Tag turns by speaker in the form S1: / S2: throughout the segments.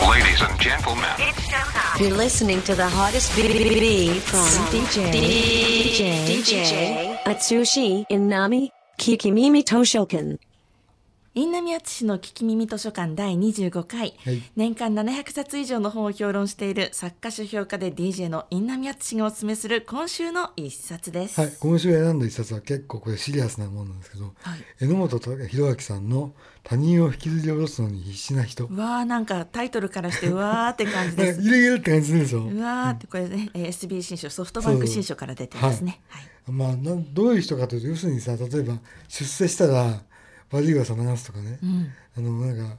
S1: Ladies and gentlemen,
S2: You're listening to the hottest BBB from DJ DJ DJ Atsushi Inami Kikimimi Toshokan.
S3: インナミアツシの聞き耳図書館第25回、
S4: はい
S3: 年間700冊以上の本を評論している作家書評家で DJ のインナミアツシがおすすめする今週の一冊です。
S4: はい、今週選んだ一冊は結構これシリアスなものなんですけど、
S3: はい
S4: 榎本弘明さんの「他人を引きずり下ろすのに必死な人」
S3: うわーなんかタイトルからして うわーって感じ
S4: ね
S3: で
S4: い
S3: す。
S4: ろいろって感じするでしょ、
S3: うわーってこれね、えー SB 新書ソフトバンク新書から出てますね。はい
S4: まあ、なんどういう人かというと要するにさ例えば出世したら悪い噂話すとかね、あのなんか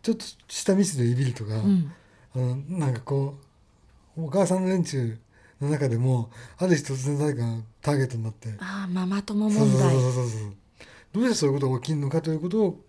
S4: ちょっとしたミスでいびるとか、あのなんかこうお母さんの連中の中でもある日突然誰かがターゲットになって
S3: ああママ友
S4: そう
S3: 問
S4: そう
S3: 題。
S4: そうそうそうどうしてそういうことが起きるのかということを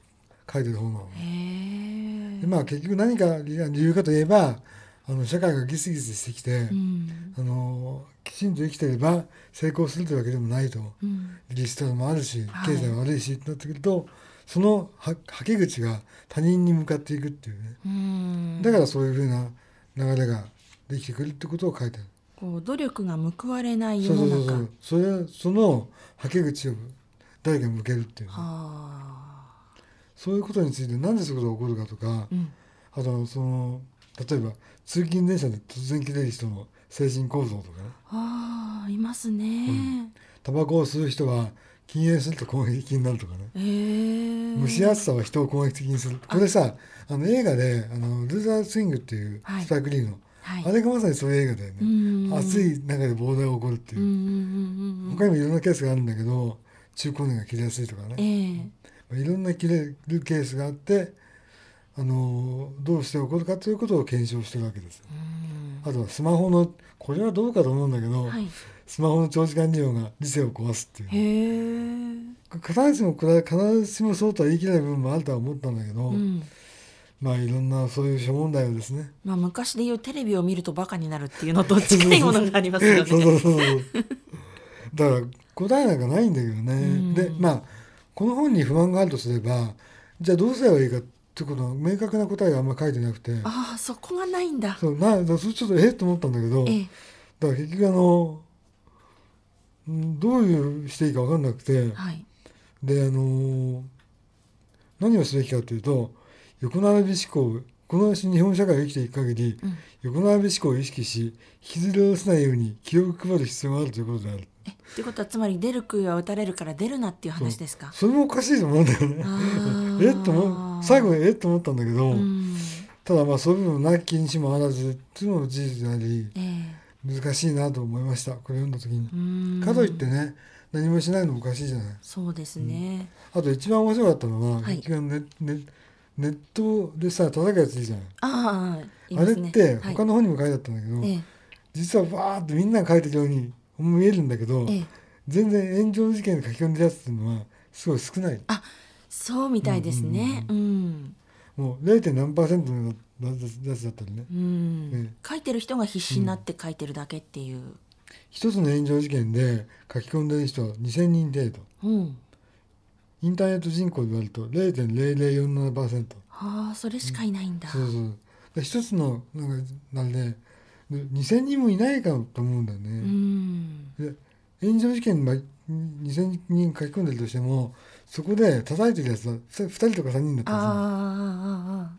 S4: 書いてる本なの。
S3: へー
S4: でまあ結局何が理由かといえばあの社会がギスギスしてきて、
S3: うん
S4: あのきちんと生きてれば成功するというわけでもないと、
S3: うん
S4: リストラもあるし
S3: はい
S4: 経済も悪いしってなってくると、そのははけ口が他人に向かっていくっていうね
S3: うん
S4: だからそういうふうな流れができてくるってことを書いてある。
S3: こう努力が報われない世
S4: そうそ
S3: の
S4: うそうそ
S3: 中
S4: う。それそのはけ口を誰かに向けるっていうね、
S3: あ
S4: そういうことについてなんでそういうことが起こるかとか、
S3: ーうん
S4: あとその例えば通勤電車で突然切れる人の精神構造とかね
S3: あーいますね。
S4: タバコを吸う人は禁煙すると攻撃的になるとかね
S3: えー
S4: 蒸し暑さは人を攻撃的にするこれさあの映画で「あのルーザースイング」っていう
S3: はい
S4: スパイクリーの、
S3: はい
S4: あれがまさにそういう映画だよ
S3: う
S4: ね
S3: ん
S4: 暑い中で膨大が起こるっていうう、
S3: んうんうんうん
S4: 他にもいろんなケースがあるんだけど中高年が切れやすいとかね、
S3: え
S4: まあいろんな切れるケースがあってあのどうして起こるかということを検証してるわけですよ
S3: えうん
S4: あとはスマホのこれはどうかと思うんだけど、
S3: はい
S4: スマホの長時間利用が理性を壊すっていう
S3: へえ
S4: 必ずしもこれは必ずしもそうとは言い切れない部分もあるとは思ったんだけど、
S3: うん
S4: まあいろんなそういう諸問題をですね
S3: まあ昔で言うテレビを見るとバカになるっていうのと近いものがありますよ
S4: そうそ
S3: ね。
S4: うそうそうだから答えなんかないんだけどね、
S3: ん
S4: でまあこの本に不満があるとすればじゃあどうすればいいかってことの明確な答えがあんま書いてなくて
S3: ああそこがないんだ。
S4: そうなだからそれちょっとえっと思ったんだけど、
S3: ええ
S4: だから結局あのうんどういうしていいか分かんなくて、
S3: はい。
S4: であのー何をすべきかというと横並び思考この日本社会を生きていく限り、
S3: ん
S4: 横並び思考を意識し引きずり下ろさないように気を配る必要があるということである
S3: えということはつまり出る杭は打たれるから出るなっていう話ですか。
S4: それもおかしいと思うんだよね
S3: あ
S4: え
S3: ー
S4: っと思う最後にえっと思ったんだけど、
S3: うん
S4: ただまあそういうのなきにしもあらずというのも事実であり
S3: ええ
S4: 難しいなと思いましたこれ読んだ時に
S3: う。ん
S4: かといってね何もしないのもおかしいじゃない。
S3: そうですね。
S4: あと一番面白かったのは、
S3: はい
S4: 結局ネネネットでさ叩くやついいじゃん。
S3: ああい
S4: あ
S3: ます
S4: れっ
S3: ね
S4: て
S3: はい
S4: 他の本にも書いてあったんだけど、
S3: ええ
S4: 実はわーってみんなが書いてるように見えるんだけど、
S3: ええ
S4: 全然炎上事件に書き込んでるやつっていうのはすごい少ない
S3: あそうみたいですね。うん
S4: もう 0. 何パーセントのやつだったりね、
S3: うん
S4: え
S3: 書いてる人が必死になって書いてるだけっていう。
S4: 一つの炎上事件で書き込んでる人は2000人程度
S3: うん。
S4: インターネット人口で割ると0.0047%
S3: ああそれしかいないんだ。
S4: そうそうで一つのなんかなんでで2000人もいないかと思うんだよね、
S3: うん。
S4: で炎上事件が2000人書き込んでるとしてもそこで叩いてるやつは2人とか3人だっ
S3: ああ
S4: たりするの
S3: ああああ。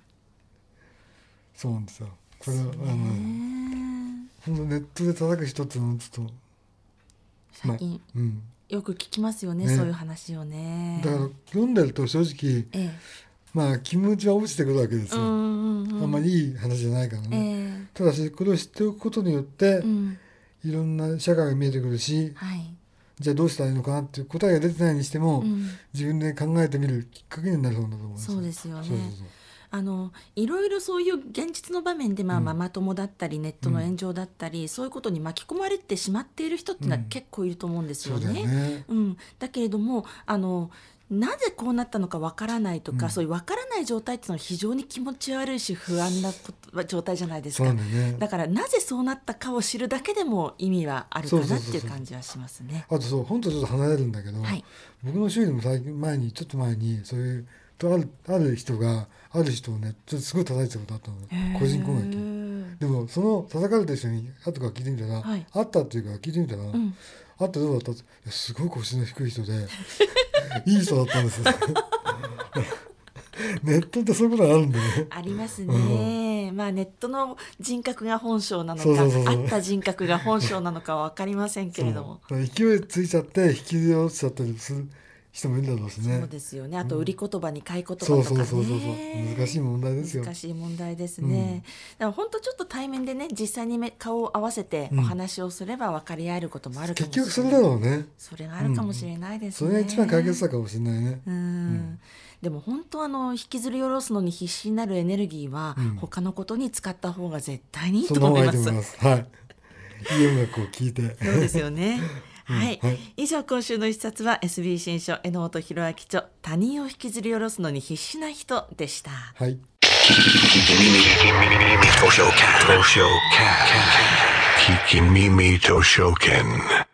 S4: そうなんですよこれはあの
S3: ねえ
S4: ほんとネットで叩く人っていうのはちょっと
S3: 最近
S4: うん
S3: よく聞きますよね
S4: ね
S3: そういう話をね。
S4: だから読んでると正直
S3: え
S4: まあ気持ちは落ちてくるわけで
S3: え。
S4: す
S3: う
S4: よ、
S3: んうんうん。
S4: あんまりいい話じゃないから
S3: ええ。
S4: ね、ただしこれを知っておくことによって、
S3: うん。
S4: いろんな社会が見えてくるし
S3: はい。
S4: じゃあどうしたらいいのかなっていう答えが出てないにしても、
S3: うん。
S4: 自分で考えてみるきっかけになる本だと思うんですよ
S3: そうですよね
S4: そうそうそう
S3: あのいろいろそういう現実の場面で、まあママ友だったりネットの炎上だったり、そういうことに巻き込まれてしまっている人っていうのは
S4: うん
S3: 結構いると思うんです
S4: そ
S3: よ
S4: うだ
S3: ね。
S4: よね
S3: うん、だけれどもあのなぜこうなったのかわからないとか、
S4: うん
S3: そういうわからない状態っていうのは非常に気持ち悪いし不安なこと状態じゃないです
S4: そうな
S3: か
S4: んだ。よね
S3: だからなぜそうなったかを知るだけでも意味はあるか
S4: そうそ
S3: な
S4: う
S3: っ
S4: そうそう
S3: ていう感じはしますね。
S4: あとそう本とちょっと離れるんだけど、
S3: はい
S4: 僕の周囲でも最近前にちょっと前にそういうとあるある人がある人をねちょっとすごい叩いてたことあったの個人攻撃
S3: へ
S4: でもその叩かれた人に後から聞いてみたら、
S3: はい
S4: あったっていうから聞いてみたら、
S3: ん
S4: あったどうだったっていやすごい腰の低い人で いい人だったんですよ ネットってそういうことあるんだよね
S3: ーありますね、まあネットの人格が本性なのか
S4: そうそうそうそう
S3: あった人格が本性なのかは分かりませんけれども
S4: そう勢いついちゃって引きずり落ちちゃったりする人もいるだろうし
S3: そう,、
S4: ね
S3: ですよねあと売り言葉に買い言葉とか
S4: そ
S3: ね
S4: うそうそうそうそう難しい問題ですよ
S3: 難しい問題ですね、だから本当ちょっと対面でね実際に目顔を合わせてお話をすれば分かり合えることもあるか
S4: 結
S3: もしれない
S4: 局それだろうね
S3: それがあるかもしれないです
S4: そ
S3: ね、
S4: れが一番解決策かもしれないね
S3: うんでも本当あの引きずり下ろすのに必死になるエネルギーは他のことに使った方が絶対にいい
S4: そ
S3: と
S4: んな方
S3: 思
S4: が
S3: い
S4: い
S3: ま
S4: いと
S3: す。
S4: 思いますはいいい音楽を聴いて
S3: そうですよね。はい、
S4: はい
S3: 以上今週の一冊は SB 新書榎本博明著他人を引きずり下ろすのに必死な人でした。
S4: はい
S1: Kikimimi Toshoken. Toshoken. Kikimimi Toshoken.